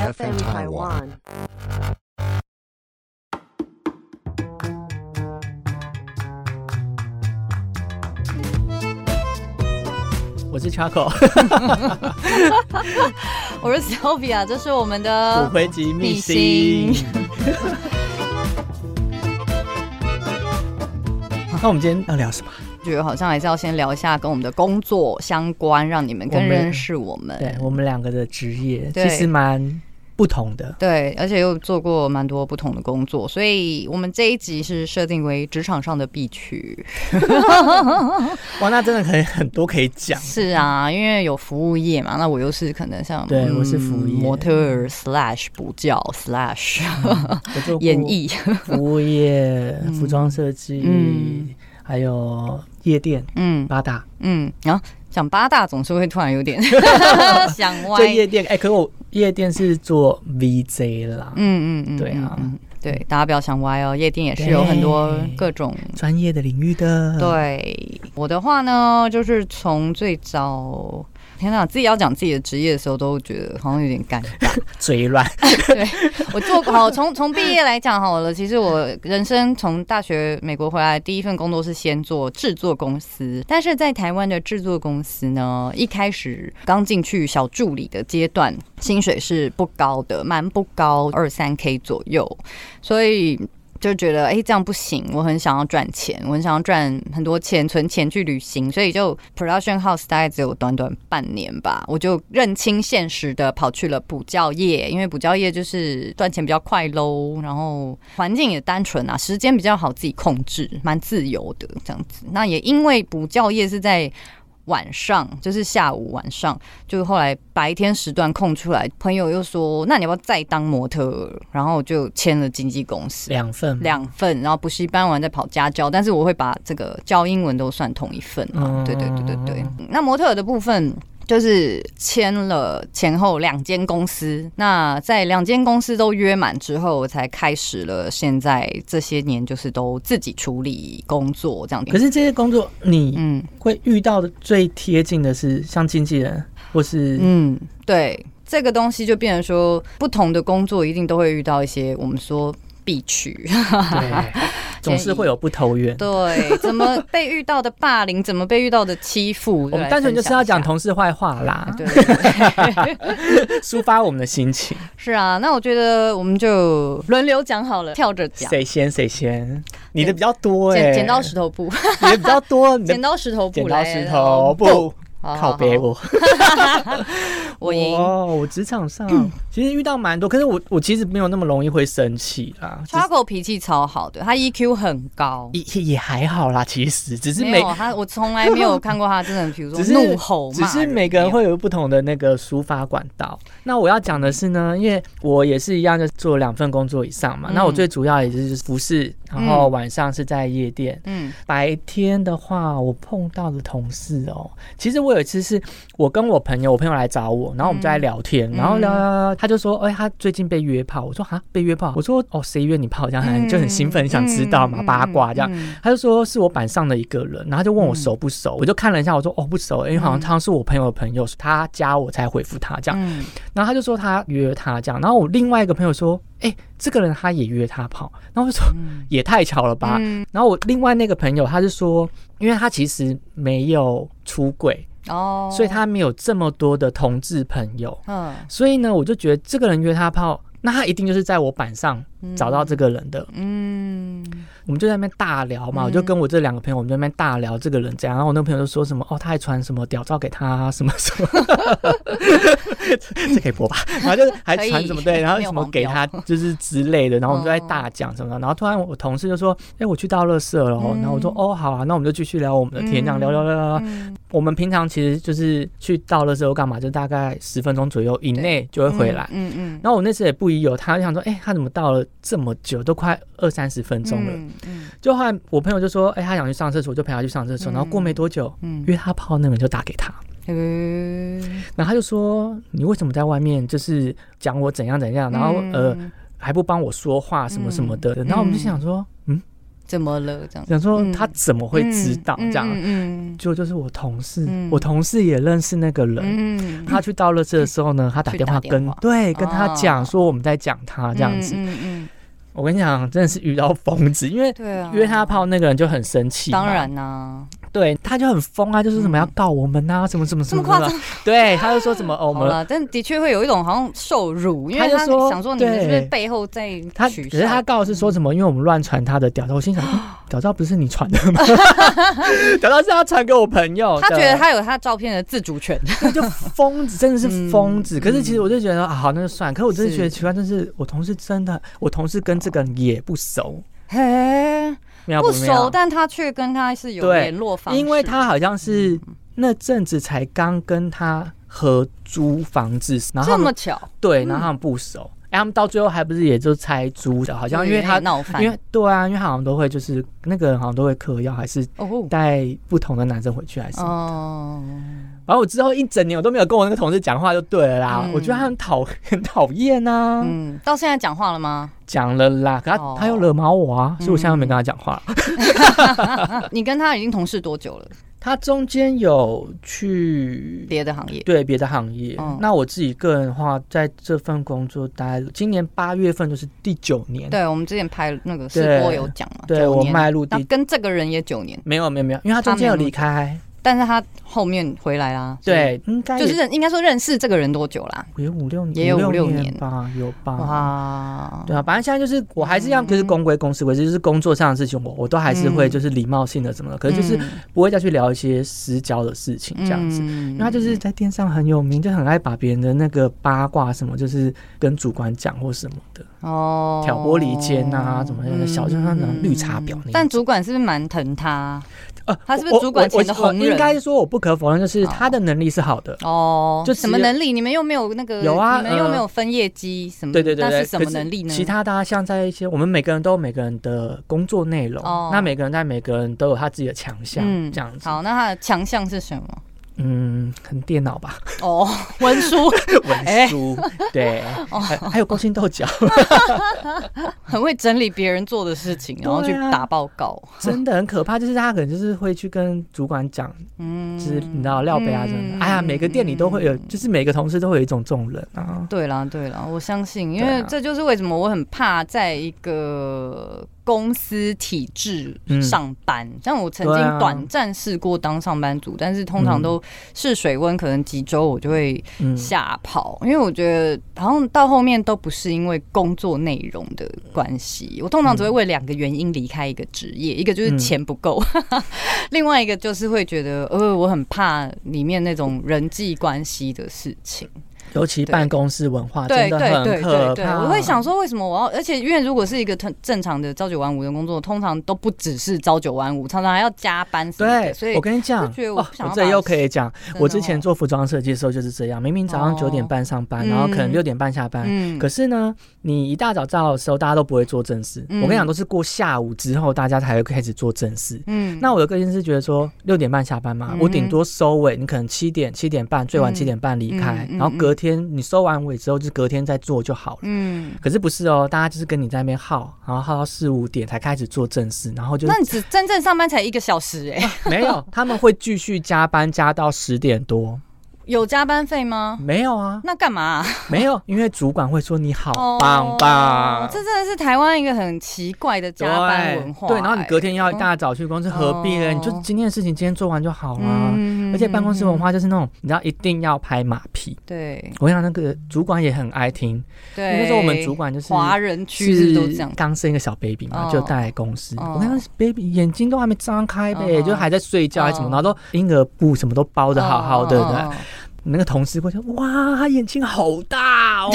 FM Taiwan. 我是 Chaco，我是 Sylvia，这是我们骨的灰级密呃密星。那我们今天要聊什么？觉得好像还是要先聊一下跟我们的工作相关，让你们更我们认识我们。对我们两个的职业对其实蛮不同的，对，而且又做过蛮多不同的工作，所以我们这一集是设定为职场上的 必去。哇，那真的可以很多可以 讲。是啊，因为有服务业嘛，那我又是可能像嗯对我是服务业模特儿 slash 补教 slash 我做过演、艺，服务业、服装设计，嗯还有夜店、嗯八大。嗯，然后讲八大总是会突然 有点想歪就，夜店，哎、可是我夜店是做 VJ 啦，嗯嗯嗯，对啊嗯，嗯对，大家不要想歪哦，夜店也是有很多对嗯各种。专业的领域的。，对我的话呢，就是从最早，天哪，自己要讲自己的职业的时候，都觉得好像有点尴尬。嘴软，对我做过好，从从毕业来讲好了，其实我人生从大学美国回来，第一份工作是先做制作公司，但是在台湾的制作公司呢，一开始刚进去小助理的阶段，薪水是不高的，蛮不高，二三 K 左右，所以。就觉得哎、诶这样不行，我很想要赚钱，我很想要赚很多钱，存钱去旅行，所以就 production house 大概只有短短半年吧，我就认清现实的跑去了补教业，因为补教业就是赚钱比较快喽，然后环境也单纯啊，时间比较好自己控制，蛮自由的这样子。那也因为补教业是在晚上，就是下午晚上，就后来白天时段空出来，朋友又说，那你要不要再当模特儿？然后我就签了经纪公司，两份嘛，两份，然后补习班完再跑家教，但是我会把这个教英文都算同一份啊。嗯对对对对对。那模特儿的部分。就是签了前后两间公司，那在两间公司都约满之后，我才开始了。现在这些年就是都自己处理工作这样。可是这些工作，你嗯会遇到的最贴近的是像经纪人，或是嗯，对，这个东西就变成说，不同的工作一定都会遇到一些我们说必去， 对，总是会有不投 缘。对，怎么被遇到的霸凌，怎么被遇到的欺负， 我们单纯就是要讲同。同事啊坏话啦，对对对，抒发我们的心 情，是啊，那我觉得我们就轮流讲好了，跳着讲，谁先谁先，你的比较多哎、剪剪刀石头布，你的比较多，你的 剪刀石头 布，剪刀来石头，布，好靠好背好我。我赢。哦，我职场 上、其实遇到蛮多，可是我我其实没有那么容易会生气啦，只是 Chaco 脾气超好的，他 EQ 很高。也也也还好啦，其实只是没每有啊他，我从来没有看过他真的，比如 只说是怒吼只骂是每个人会有不同的那个抒发管道。那我要讲的是呢，因为我也是一样，就做两份工作以上嘛。嗯那我最主要也就是服饰，然后晚上是在夜店。没有嗯白天的话，我碰到的同事哦，其实我有一次是我跟我朋友，我朋友来找我，然后我们就在聊天，嗯然后聊聊聊聊，他就说，哎、他最近被约炮。我说哈，被约炮？我说哦，谁约你炮？这样、嗯就很兴奋，想知道嘛，嗯八卦这样。嗯他就说是我板上的一个人，然后他就问我熟不熟，我就看了一下，我说哦不熟，因为好像他是我朋友的朋友，他加我才回复他这样，嗯然后他就说他约他这样，然后我另外一个朋友说，哎、这个人他也约他跑，然后我就说 嗯也太巧了吧，嗯然后我另外那个朋友他是说，因为他其实没有出轨，哦，所以他没有这么多的同志朋友，嗯所以呢，我就觉得这个人约他泡，那他一定就是在我板上找到这个人的。嗯我们就在那边大聊嘛，嗯我就跟我这两个朋友，我们在那边大聊这个人怎样。然后我那个朋友就说什么哦，他还传什么屌照给他、什么什 么，这可以播吧？然后就是还可以传什么对，然后没有什么黄给标哦他就是之类的，然后我们就在大讲什么的。然后突然我同事就说，哎、我去到垃圾了哦。嗯然后我说哦，好啊，那我们就继续聊我们的天，这样聊聊聊聊聊。嗯我们平常其实就是去到垃圾后干嘛，就大概十分钟左右以内就会回来。嗯嗯，然后我那次也不疑有他，就想说，哎、他怎么到了这么久，都快二三十分钟了。嗯嗯就后来我朋友就说，哎、他想去上厕所，我就陪他去上厕所。嗯然后过没多久，嗯约他泡那个人就打给他，嗯，然后他就说，你为什么在外面就是讲我怎样怎样，然后、呃嗯还不帮我说话什么什么的。嗯然后我们就想说，嗯，怎么了这样，想说嗯他怎么会知道嗯这样？嗯就就是我同事嗯，我同事也认识那个嗯人。嗯他去到了这的时候呢，他打去电话打电跟话对跟他讲哦说我们在讲他这样子。嗯嗯嗯，我跟你讲，真的是遇到疯子，因为对啊，约他泡那个人就很生气嘛，当然啦、对，他就很疯啊，就是什么嗯要告我们呐、啊，什么什么什这么么夸什么的，对，他就说什么哦我好们。了，但的确会有一种好像受辱，因为他就他说想说你们是不是对背后在他取嗯只笑是他告的是说什么？因为我们乱传他的屌照，我心想， 嗯屌照不是你传 的吗？屌照是他传给我朋友的，他觉得他有他照片的自主权，他就疯子，真的是疯子。 嗯可是其实我就觉得啊，好，那就算了。可是我真的是觉得奇怪，但是我同事真的，我同事跟这个人也不熟，嘿，妙不妙熟，但他却跟他是有对联络方式，因为他好像是嗯那阵子才刚跟他合租房子，然后这他么们巧，对，然后他们不熟，哎、他们到最后还不是也就拆租的，好好像因为他。闹翻，因为对啊，因为他好像都会就是那个人好像都会嗑药，还是哦带不同的男生回去，还是什么哦，然后我之后一整年我都没有跟我那个同事讲话就对了啦，嗯我觉得他很讨很讨厌啊，嗯，到现在讲话了吗？讲了啦，可他、哦嗯他又惹毛我啊，所以我现在都没跟他讲话。呃你跟他已经同事多久了？他中间有去别的行业，对别的行业。嗯那我自己个人的话，在这份工作待，今年八月份就是第九年，对我们之前拍那个试播有讲嘛，对九我年迈入那第。跟这个人也九年，没有没有没有，因为他中间有离开，但是他后面回来啦，所以，对，应该就是也认应该说认识这个人多久啦？也有五六年，也有五六六年吧，有吧。哇，啊对啊，反正现在就是我还是一样，就是公归公，私归私，就是工作上的事情，我我都还是会嗯就是礼貌性的什么的，可是就是不会再去聊一些私交的事情这样子。嗯因为他就是在电上很有名，就很爱把别人的那个八卦什么，就是跟主管讲或什么的。哦挑拨离间啊怎么样的嗯小就像那种绿茶婊那一但种主管是不是蛮疼他？呃，他是不是我主管我前的红人我应该说，我不可否认，就是他的能力是好的。哦，就什么只有能力？你们又没有那个，有啊你们又呃没有分业绩什么的？对对对但对，是什么可能力呢？其他大家像在一些，我们每个人都有每个人的工作内容，哦那每个人在每个人都有他自己的强项，嗯这样子。好，那他的强项是 什么？嗯，很电脑吧，哦，文 书 哎文书， 对，哦还还有勾心斗角，很会整理别人做的事情，然后去对啊打报告。真的很可怕。就是他可能就是会去跟主管讲嗯，就是你知道料杯啊什么的，哎呀，每个店里都会有，就是每个同事都会有一种这种人啊。对啦，对啦，我相信，因对为啊这就是为什么我很怕在一个公司体制嗯上班。像我曾对经啊短暂试过当上班族，但是通常都试水温，可能几周我就会嗯，吓跑，因为我觉得好像到后面都不是因为工作内容的关系，嗯我通常只会为两个原因离开一个职业，一个就是钱不够， 另外一个就是会觉得呃我很怕里面那种人际关系的事情。尤其办公室文化对啊真的对对很对可对，怕。我会想说为什么我要？而且因为如果是一个正正常的朝九晚五的工作，通常都不只是朝九晚五，常常还要加班什么的，对所以，我跟你讲，就觉得我哦不想我要这把又可以讲，真的我之前哦做服装设计的时候就是这样，明明早上哦九点半上班，然后可能嗯六点半下班。嗯可是呢，你一大早到的时候，大家都不会做正事。嗯我跟你讲，都是过下午之后，大家才会开始做正事。嗯那我的个性是觉得说，六点半下班嘛，嗯哼我顶多收尾，你可能七点、七点半，最晚嗯七点半离开，嗯嗯然后隔天你收完尾之后，就隔天再做就好了。嗯，可是不是哦，大家就是跟你在那边耗，然后耗到四五点才开始做正事，然后就那你只真正上班才一个小时哎、 没有，他们会继续加班加到十点多。有加班费吗？没有啊，那干嘛啊、没有，因为主管会说你好哦棒棒。这真的是台湾一个很奇怪的加班文化、对，对，然后你隔天要一哎大早去公司，何必呢？哦你就今天的事情今天做完就好啦。啊嗯而且办公室文化就是那种，你知道一定要拍马屁。对我想那个主管也很爱听，因对，为那时候我们主管就是华人区是不是都这样是，刚生一个小 baby 嘛，哦就带来公司。哦我看他 baby 眼睛都还没张开呗，哦就还在睡觉还是什么，哦然后都婴儿布什么都包的好好的。哦哦那个同事会说：“哇，他眼睛好大哦，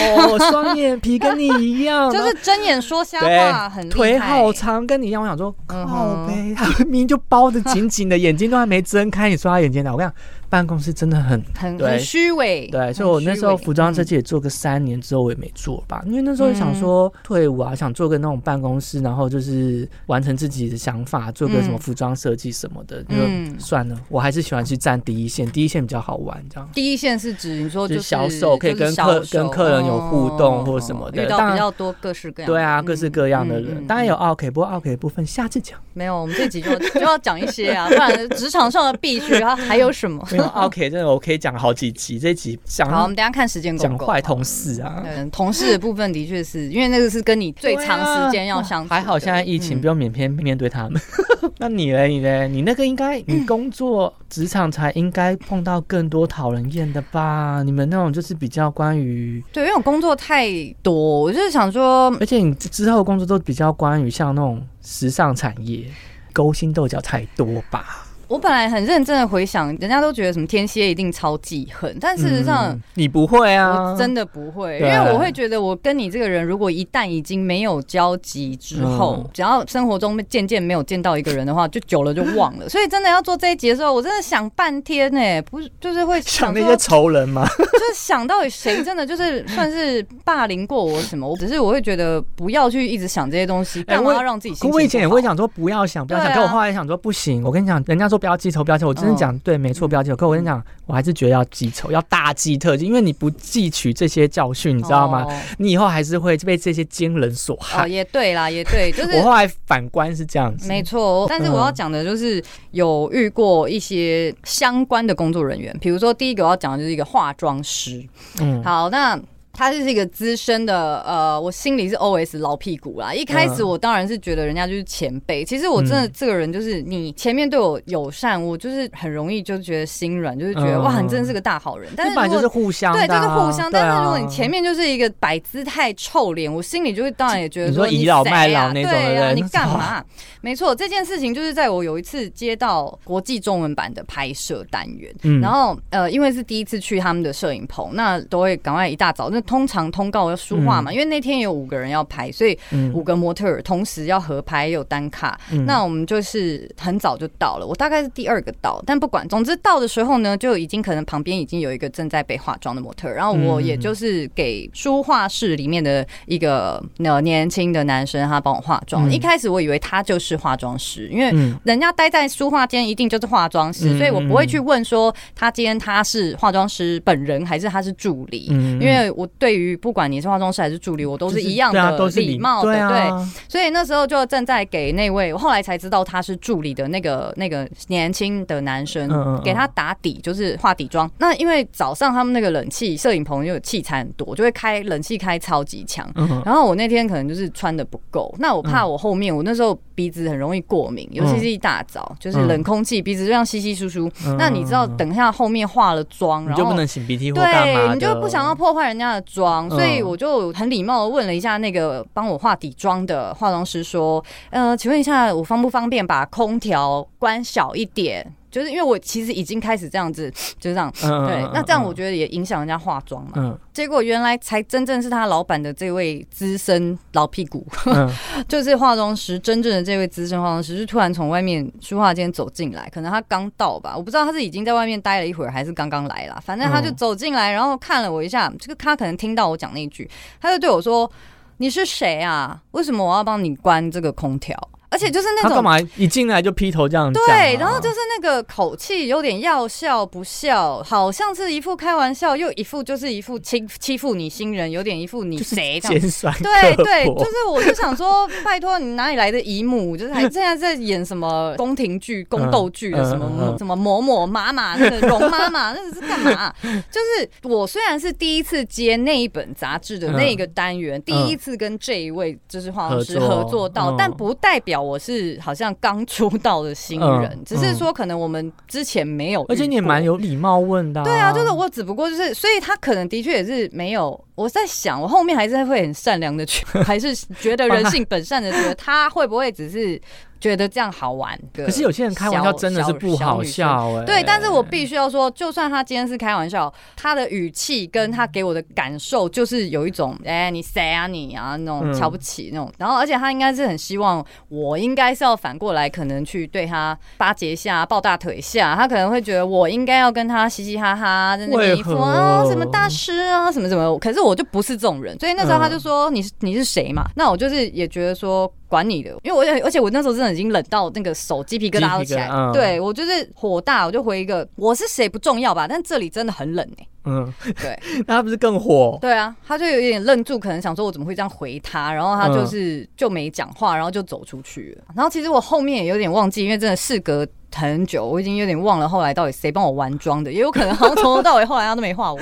双眼皮跟你一样。”哦 就是睁眼说瞎话，对很厉害腿好长，跟你一样。我想说，靠嗯哼 呗，他明明就包的紧紧的，眼睛都还没睁开，你说他眼睛大？我跟你讲，办公室真的很很对很虚伪。对，很所以我那时候虚伪嗯服装设计也做个三年之后，我也没做吧，因为那时候想说退伍啊，想做个那种办公室，然后就是完成自己的想法，做个什么嗯服装设计什么的，嗯就算了，我还是喜欢去站第一线，第一线比较好玩，这样。第一线是指你说就是是销售可以就是跟销客售哦跟客人有互动或什么的遇到当然比较多各式各样的对人。啊，各式各样的嗯嗯人，嗯当然有奥 K，不过奥 K 的部分下次讲。没有，我们这集就就要讲一些啊，不 然职场上的必须啊，还有什么？没有奥 K 真的我可以讲好几集，这集讲好，我们等一下看时间够嗯讲不够。坏同事啊。嗯，同事的部分的确是因为那个是跟你最对啊长时间要相处的、还好现在疫情嗯不用免偏面对他们。 那你嘞？你嘞？你那个应该嗯你工作职场才应该碰到更多讨人厌的吧？你们那种就是比较关于，对，因为我工作太多，我就是想说，而且你之后工作都比较关于像那种时尚产业，勾心斗角太多吧？我本来很认真的回想，人家都觉得什么天蝎一定超记恨，但事实上。嗯你不会啊我，真的不会，因对啊为我会觉得我跟你这个人，如果一旦已经没有交集之后，嗯只要生活中渐渐没有见到一个人的话，就久了就忘了。所以真的要做这一集的时候，我真的想半天呢、不是就是会像想那说些仇人嘛。就是想到底谁真的就是算是霸凌过我什么，我只是我会觉得不要去一直想这些东西，哎干嘛我要让自己可心情我以前也不好会想说不要想，不要想。对啊可我后来想说不行，我跟你讲，人家说不要记仇，不要记仇，我真嗯的讲、对，没错，不要记仇。可我跟你讲，我还是觉得要记仇，要大记特记，因为你不汲取这些教训，你知道吗？哦你以后还是会被这些奸人所哦，害。也对啦，也对，就是我后来反观是这样子，没错，但是我要讲的就是有遇过一些相关的工作人员，比如说第一个我要讲的就是一个化妆师。嗯，好，那。他就是一个资深的，呃，我心里是 OS 老屁股啦。一开始嗯我当然是觉得人家就是前辈，其实我真的嗯这个人就是你前面对我友善，我就是很容易就觉得心软，就是觉得、嗯哇，你真的是个大好人。但这是本来如就是果互相的对，啊，就是互相。对啊但是如果你前。面就是一个摆姿态、臭脸，我心里就会当然也觉得你说你倚老谁卖啊老那种对的啊，人你干嘛 哇？没错，这件事情就是在我有一次接到国际中文版的拍摄单元，嗯然后呃，因为是第一次去他们的摄影棚，那都会赶快一大早，那通常通告要书画嘛，因为那天有五个人要拍，所以五嗯个模特儿同时要合拍也有单卡，嗯那我们就是很早就到了，我大概是第二个到，但不管，总之到的时候呢，就已经可能旁边已经有一个正在被化妆的模特儿，然后我嗯也就是给书画室里面的一个呃年轻的男生，他帮我化妆。嗯一开始我以为他就是化妆师，因为嗯人家待在书画间一定就是化妆师，嗯所以我不会去问说他今天他是化妆师本人还是他是助理。嗯因为我对于不管你是化妆师还是助理，我都是一样的都是礼貌的，对啊，所以那时候就正在给那位，我后来才知道他是助理的那个那个年轻的男生，嗯嗯嗯给他打底，就是化底妆。那因为早上他们那个冷气摄影棚又有器材很多，就会开冷气开超级强。嗯然后我那天可能就是穿的不够，那我怕我后面我那时候鼻子很容易过嗯敏，尤其是一大早就是冷空气，鼻子就像稀稀疏疏。嗯那你知道，嗯等一下后面化了妆，你然就后不能擤鼻涕或干嘛对，的你就不想要破坏人家的妆，所以嗯我就很礼貌的问了一下那个帮我画底妆的化妆师说，呃，请问一下，我方不方便把空调关小一点？就是因为我其实已经开始这样子，就是这样。嗯对，那这样我就觉得也影响人家化妆嘛。嗯结果原来才真正是他老板的这位资深老屁股，嗯就是化妆师，真正的这位资深化妆师，是突然从外面书画间走进来，可能他刚到吧，我不知道他是已经在外面待了一会儿，还是刚刚来啦。反正他就嗯走进来，然后看了我一下，这个他可能听到我讲那一句，他就对我说：“你是谁啊？为什么我要帮你关这个空调？” 而且就是那他干种。嘛一进来就劈头这样讲啊？对，然 后就是那个口气有点要笑不笑，好像是一副开玩笑，又一副就是一副欺欺负你新人，有点一副你谁这样尖酸 对刻对，薄就是我就想说，拜托你哪里来的姨母？就 是还现在在演什么宫廷剧、宫斗剧的什么、嗯嗯嗯什么嬷嬷妈妈那个容妈妈，那个是干嘛、啊 就是我虽然是第一次接那一本杂志的那个单元，第一次跟这一位就是化妆师嗯合作合作到，嗯但不代表我是好像刚出道的新人，嗯只是说可能我们之前没有遇过，而且你也蛮有礼貌问的、对啊，就是我只不过就是，所以他可能的确也是没有。我在想，我后 面还是会很善良的去，还是觉得人性本善的，觉得他会不会只是觉得这样好玩的。可是有些人开玩笑真的是不好笑哎、欸。对，但是我必须要说，就算他今天是开玩笑，他的语气跟他给我的感受就是有一种，哎、欸，你谁啊你啊那种瞧不起那种。嗯、然后，而且他应该是很希望我应该是要反过来，可能去对他巴结下、抱大腿下，他可能会觉得我应该要跟他嘻嘻哈哈，在那边一副啊什么大师啊什么什么。可是我就不是这种人，所以那时候他就说你是、嗯、你是谁嘛？那我就是也觉得说。管你的，因为我而且我那时候真的已经冷到那个手鸡皮疙瘩都起来，嗯、对我就是火大，我就回一个我是谁不重要吧，但这里真的很冷哎、欸。嗯，对， 那他不是更火？对啊，他就有点愣住，可能想说我怎么会这样回他，然后他就是、嗯、就没讲话，然后就走出去了。然后其实我后面也有点忘记，因为真的事隔。很久，我已经有点忘了后来到底谁帮我玩妆的，也有可能好像从头到尾后来他都没画我。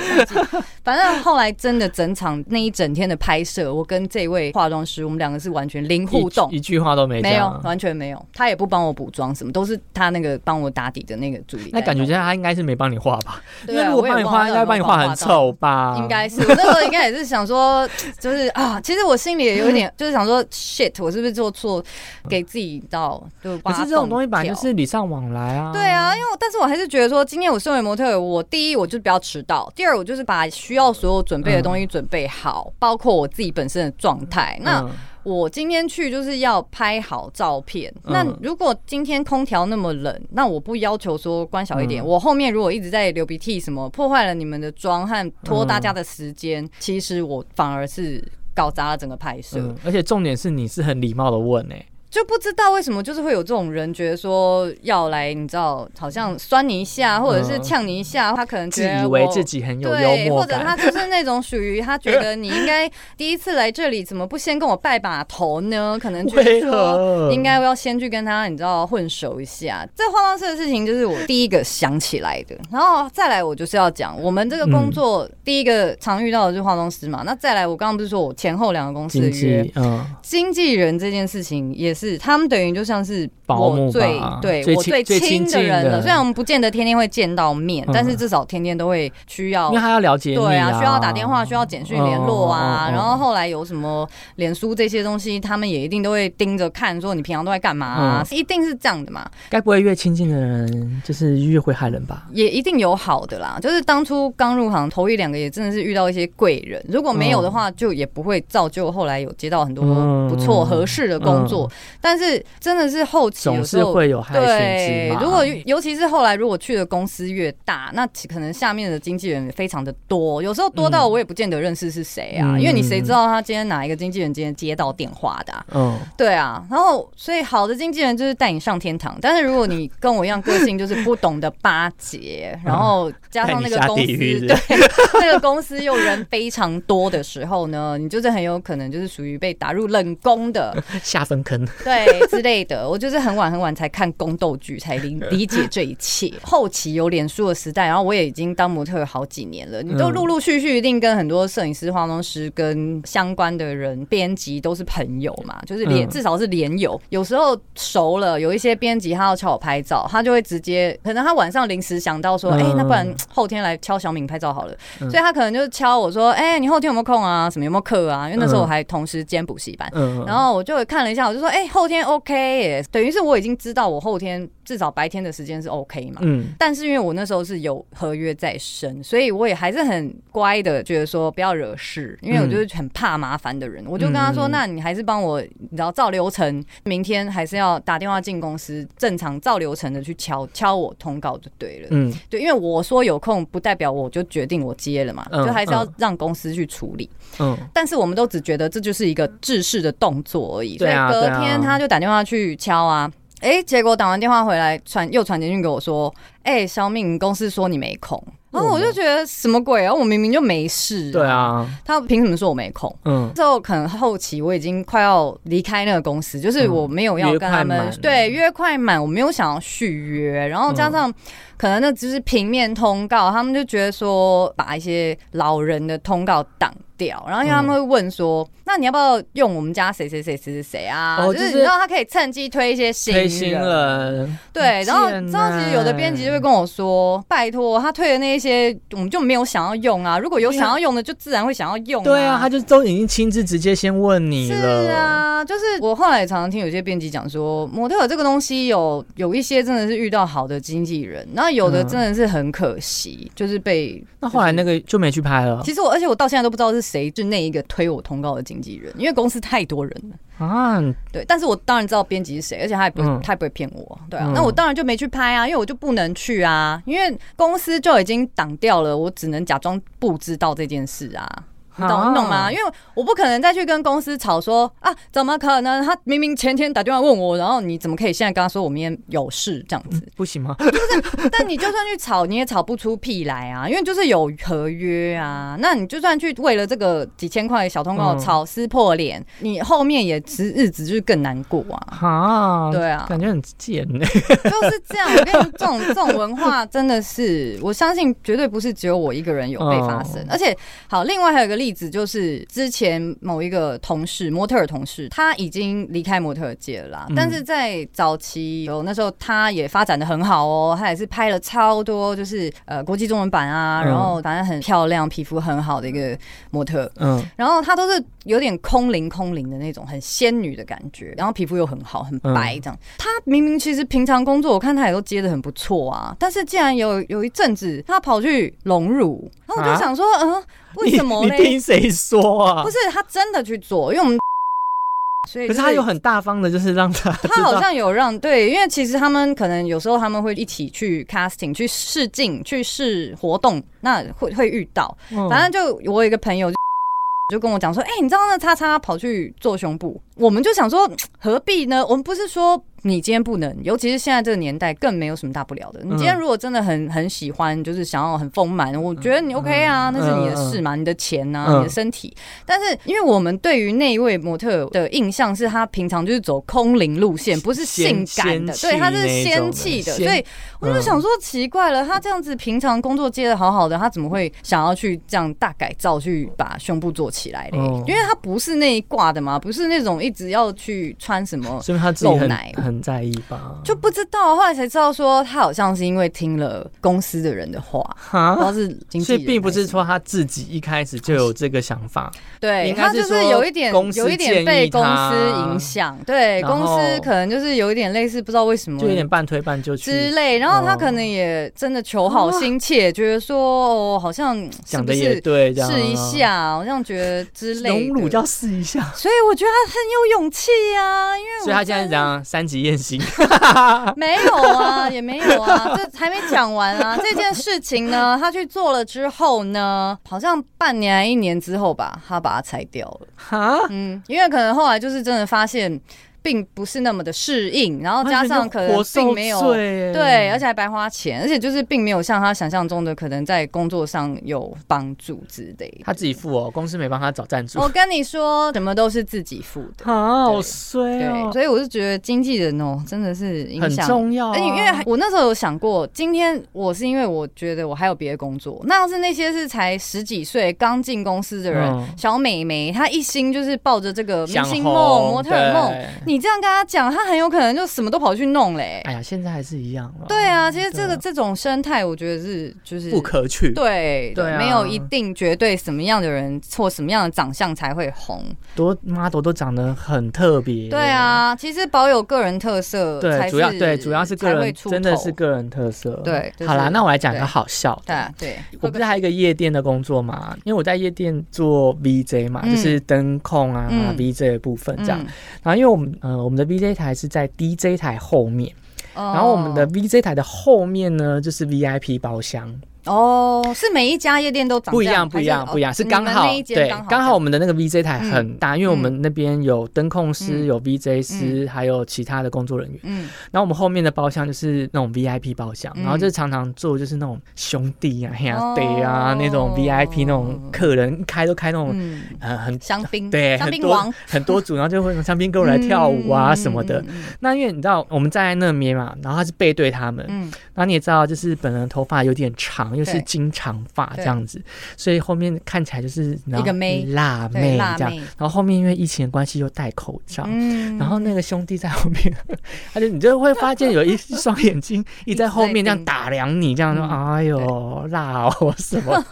反正后来真的整场那一整天的拍摄，我跟这位化妆师，我们两个是完全零 互动，一,一句话都没没有，完全没有。他也不帮我补妆，什么都是他那个帮我打底的那个助理。那感觉下他应该是没帮你画吧？因啊为如果帮你画，应该帮你画很啊丑吧？应该是。我那时候应该也是想说， 就是啊，其实我心里也有点，就是想说 shit，我是不是做错，给自己到就。可是这种东西本来就是礼尚往。往来啊，对啊，因为但是我还是觉得说，今天我身为模特，我第一我就是不要迟到，第二我就是把需要所有准备的东西准备好，嗯、包括我自己本身的状态。那。嗯我今天去就是要拍好照片。嗯、那如果今天空调那么冷，那我不要求说关小一点。嗯、我后面如果一直在流鼻涕，什么破坏了你们的妆和拖大家的时间，嗯、其实我反而是搞砸了整个拍摄。嗯而且重点是，你是很礼貌的问诶、欸。就不知道为什么，就是会有这种人觉得说要来，你知道，好像酸你一下，或者是呛你一下，嗯、他可能自以为自己很有幽默或者他就是那种属于他觉得你应该第一次来这里，怎么不先跟我拜把头 呢？可能觉得说应该要先去跟他，你知道混熟一下。这化妆师的事情就是我第一个想起来的，然后再来我就是要讲我们这个工作、嗯、第一个常遇到的就是化妆师嘛。那再来我刚刚不是说我前后两个公司的约，嗯，经纪人这件事情也。是，他们等于就像是我最对我最亲的嗯人了。虽然我们不见得天天会见到面，但是至少天天都会需要，因为他要了解哦对啊，需要打电话，需要简讯联络啊。然后后来有什么脸书这些东西，他们也一定都会盯着看，说你平常都在干嘛啊？一定是这样的嘛。该不会越亲近的人就是越会害人吧？也一定有好的啦。就是当初刚入行头一两个也真的是遇到一些贵人，如果没有的嗯话，就也不会造就后来有接到很多不错合适的工作。但是真的是后嗯期总是会有害群对，如果尤其是后来如果去的公司越大，那可能下面的经纪人也非常的多，有时候多嗯到我也不见得认识是谁啊，嗯、因为你谁知道他今天哪一个经纪人今天接到电话的、啊？嗯，对啊，然后所以好的经纪人就是带你上天堂，但是如果你跟我一样个性，就是不懂得巴结，然后加上那个公司对那个公司又人非常多的时候呢，你就是很有可能就是属于被打入冷宫的下分坑。对之类的，我就是很晚很晚才看宫斗剧，才理理解这一切。后期有脸书的时代，然后我也已经当模特好几年了，你都陆陆续续一定跟很多摄影师、化妆师跟相关的人、编辑都是朋友嘛，就是连至少是连友。有时候熟了，有一些编辑他要敲我拍照，他就会直接，可能他晚上临时想到说，哎、欸，那不然后天来敲小敏拍照好了，所以他可能就敲我说，哎、欸，你后天有没有空啊？什么有没有课啊？因为那时候我还同时兼补习班，嗯然后我就看了一下，我就说，哎、欸。后天 OK 耶，等于是我已经知道我后天至少白天的时间是 OK 嘛。嗯，但是因为我那时候是有合约在身，所以我也还是很乖的，觉得说不要惹事，因为我就是很怕麻烦的人。嗯嗯、我就跟他说：“那你还是帮我，你知道照流程，明天还是要打电话进公司，正常照流程的去敲敲我通告就对了。”嗯，对，因为我说有空，不代表我就决定我接了嘛，嗯、就还是要让公司去处理。嗯，但是我们都只觉得这就是一个制式的动作而已，所以隔天。他就打电话去敲啊，哎、欸，结果打完电话回来传又传简讯给我说，哎、欸，小敏公司说你没空，然后我就觉得什么鬼啊，我明明就没事、啊，对啊，他凭什么说我没空？嗯，之后可能后期我已经快要离开那个公司，就是我没有要跟他们、嗯、对约快满，我没有想要续约，然后加上。嗯可能那只是平面通告，他们就觉得说把一些老人的通告挡掉，然后因为他们会问说，嗯、那你要不要用我们家谁谁谁谁谁谁啊？哦、就是你知道他可以趁机推一些新推新人，啊对，然后、欸、然后其实有的编辑就会会跟我说：“拜托，他退的那一些，我们就没有想要用啊。如果有想要用的，就自然会想要用、啊。”对啊，他就都已经亲自直接先问你了。是啊，就是我后来也常常听有些编辑讲说，模特儿这个东西有有一些真的是遇到好的经纪人，那有嗯的真的是很可惜，就是被。那后来那个就没去拍了其实我，而且我到现在都不知道是谁是那一个推我通告的经纪人，因为公司太多人了。啊。对，但是我当然知道编辑是谁，而且他也不会，嗯他也不会骗我，对啊，嗯那我当然就没去拍啊，因为我就不能去啊，因为公司就已经挡掉了，我只能假装不知道这件事啊。你懂啊你懂吗？因为我不可能再去跟公司吵说啊，怎么可能？他明明前天打电话问我，然后你怎么可以现在跟他说我明天有事这样子？ 不行 吗？但你就算去吵，你也吵不出屁来啊，因为就是有合约啊。那你就算去为了这个几千块的小通告嗯吵撕破脸，你后面也只日子就是更难过啊。啊，对啊，感觉很贱呢。就是这样。我跟你说，这种这种文化真的是，我相信绝对不是只有我一个人有被发生。哦而且，好，另外还有一个例子，就是之前某一个同事，模特儿同事，他已经离开模特儿界了啦，嗯但是在早期有那时候，他也发展的很好哦，他也是拍了超多，就是呃国际中文版啊，嗯然后反正很漂亮，皮肤很好的一个模特儿。嗯，然后她都是有点空灵空灵的那种，很仙女的感觉，然后皮肤又很好，很嗯白这样。她明明其实平常工作，我看她也都接的很不错啊，但是竟然有有一阵子她跑去隆乳，然后我就想说，嗯、为什么你你嘞？听谁说啊？不是她真的去做，因为我们所以可就是他有很大方的，就是让他知他好道像有让对，因为其实他们可能有时候他们会一起去 casting、去试镜、去试活动，那会会遇到。嗯反正就我有一个朋友就 就跟我讲说，哎、你知道那叉叉跑去做胸部，我们就想说何必呢？我们不是说你今天不能，尤其是现在这个年代，更没有什么大不了的。你今天嗯如果真的很很喜欢，就是想要很丰满，我觉得你 OK 啊，嗯那是你的事嘛，你的钱啊，嗯你的身体。但是因为我们对于那一位模特的印象是，他平常就是走空灵路线，不是性感的，仙对，他是仙气那仙种气的，的所以仙我嗯就想说奇怪了，他这样子平常工作接的好好的，他怎么会想要去这样大改造去把胸部做起来嘞？嗯因为他不是那一挂的嘛，不是那种一直要去穿什么。说明他自己露很哦奶很在意吧？就不知道，后来才知道说他好像是因为听了公司的人的话，不知哈道，是哦经纪啊所人还什么，以并不是说他自己一开始就有这个想法，对应该他是就说是有一点公司有一点被公司影响，对然后公司可能就是有一点类似不知道为什么就有点半推半就之去类，然后他哦可能也真的求好心切，觉得说哦好像是讲不的也是对，这样啊试一。下，好像觉得之类荣的辱叫试一下，所以我觉得他很有勇气啊，因为我所以他现在是真怎样三级验刑？没有啊，也没有啊，这还没讲完 啊。这件事情呢，他去做了之后呢，好像半年还一年之后吧，他把它拆掉了。哈，嗯，因为可能后来就是真的发现，并不是那么的适应，然后加上可能并没有活受罪耶对，而且还白花钱，而且就是并没有像他想象中的可能在工作上有帮助之类的。他自己付哦，公司没帮他找赞助我，跟你说，什么都是自己付的。啊，好衰哦对，哦，所以我就觉得经纪人哦，真的是影很响。哎重要啊。而且因为还我那时候有想过，今天我是因为我觉得我还有别的工作，那要是那些是才十几岁刚进公司的人，嗯小美眉，她一心就是抱着这个明想星梦、红模特儿梦，对你这样跟她讲，她很有可能就什么都跑去弄嘞、哎呀，现在还是一样了。对啊，其实这对个啊这种生态，我觉得是就是不可取。对对啊没有一定绝对什么样的人或什么样的长相才会红。多 model 都长得很特别。对，啊，其实保有个人特色呃对，才是，主要对主要是个才会人，出真的头是个人特色。对就是好啦，那我来讲一个对好笑对的。啊对，我不是还有一个夜店的工作嘛？因为我在夜店做 VJ 嘛，嗯就是灯控啊、嗯 VJ 的部分这样嗯。然后因为我们呃我们的 VJ 台是在 DJ 台后面，然然后我们的 VJ 台的后面呢就是 VIP 包厢，哦，是每一家夜店都长不一这样，不一样，还不一样，是哦刚你们好那一间对刚，好刚好我们的那个 VJ 台很大，因为我嗯们那边有灯控师、嗯有 VJ 师，还有其他的工作人员。嗯然后我们后面的包厢就是那种 VIP 包厢，嗯然后就常常坐就是那种兄弟啊、黑啊、对啊哦那种 VIP 那种客人，一开都开那种嗯，很很香槟对香很槟多王 很多组，然后就会用香槟跟我来跳舞啊什么的。，嗯那因为你知道我们站在那边嘛，然后他是背对他们，嗯嗯嗯然后你也知道，就是本人头发有点长，又是金长发这样子，所以后面看起来就是一个妹辣嗯对妹辣这样。妹然后后面因为疫情的关系又戴口罩，嗯然后那个兄弟在后面，他就你就会发现有一一双眼 睛一直在后面这样打量你，这样说：“嗯哎呦，辣哦什 么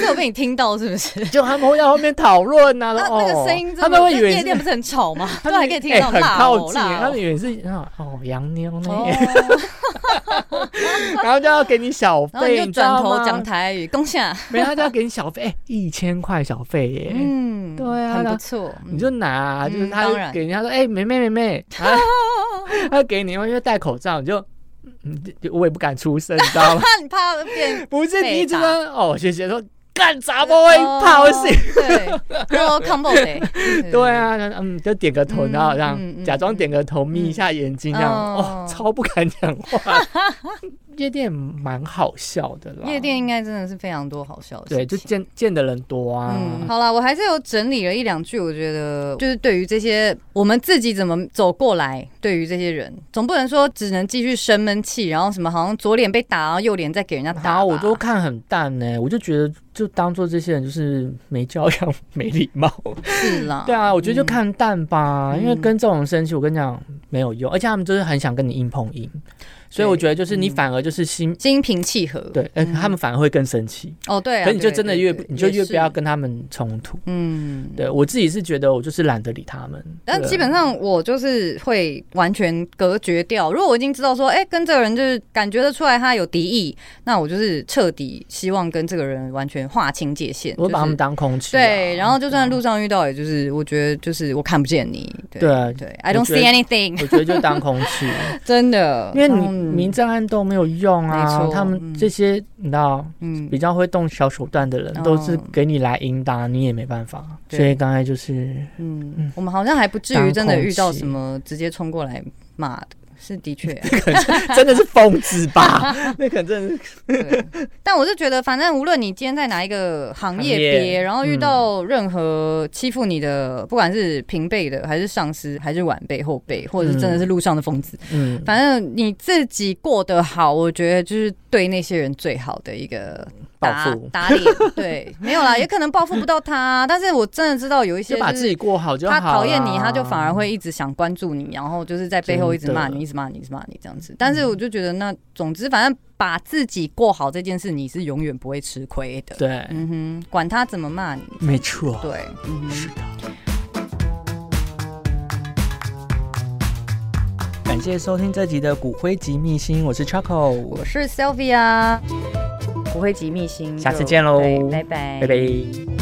这有被你听到是不是？？”就他们会在后面讨论呐，那说那个哦声音，他真的，们会以为夜是店不是很吵吗？ 他都还们可以听得到哎很辣靠哦近，辣他哦们以为是啊哦洋妞呢， 哦然后就要给你小然后你费，就你知道转头吗讲，台语，恭喜啊！ 没有他就要给你小费，哎一千块小费耶，嗯，对啊很那不错。嗯你就拿啊，就是嗯他当然给人家说，哎，妹妹妹 妹，啊他给你，因为戴口罩，你就嗯，就我也不敢出声，你知道吗？怕你怕变不是被你一直打哦说哦，谢谢说干杂不会好炮性， 对，多 combo 的，对，啊，那嗯，就点个头，嗯然后让嗯嗯假装点个头，眯一下眼睛，这样嗯哦哦，超不敢讲 话。夜店蛮好笑的啦，夜店应该真的是非常多好笑的对，事情，就见见的人多啊。嗯，好啦，我还是有整理了一两句，我觉得就是对于这些我们自己怎么走过来，对于这些人，总不能说只能继续生闷气，然后什么好像左脸被打，然后右脸再给人家然打吧，后我都看很淡呢、我就觉得就当做这些人就是没教养、没礼貌。是啦，对啊，我觉得就嗯看淡吧，哦嗯因为跟这种人生气，我跟你讲没有用，而且他们就是很想跟你硬碰硬，所以我觉得就是你嗯反而就是心心平气和，对，呃嗯他们反而会更生气。哦对啊，可你就真的越对对你就越不要，对也是跟他们冲突。嗯，对我自己是觉得我就是懒得理他们，但对基本上我就是会完全隔绝掉。如果我已经知道说，哎、跟这个人就是感觉得出来他有敌意，那我就是彻底希望跟这个人完全划清界限。我会把他们就是当空气啊、对，然后就算对啊路上遇到，也就是我觉得就是我看不见你，对对啊对，I don't 我觉 see 得 anything，我觉得就当空 气，真 的，因为你嗯明争暗斗没有用没啊。错他嗯们这些你知道嗯比较会动小手段的人，哦都是给你来赢打，你也没办法。对所以刚才就是 嗯嗯，我们好像还不至于真的遇到当空气什么直接冲过来骂的，是的确、啊真的是疯子 吧？那可能真的是对，但我是觉得，反正无论你今天在哪一个行业行别，业嗯然后遇到任何欺负你的，不管是平辈的，还是上司，还是晚辈、后辈，或者是真的是路上的疯子，嗯，反正你自己过得好，我觉得就是对那些人最好的一个报打复，打脸。对，没有啦，也可能报复不到他，但是我真的知道有一 些就把就自是己过好就好他啦。讨厌你，他就反而会一直想关注你，然后就是在背后一直骂你，一直骂你，一直骂你这样子。但是我就觉得那，总之反正把自己过好这件事，你是永远不会吃亏的。对，嗯哼，管他怎么骂你，没错，对，嗯是哼，的。感谢收听这集的《骨灰级秘辛》，我是 Choco，我是 Sylvia，不会急秘心，下次见喽对拜拜，拜拜。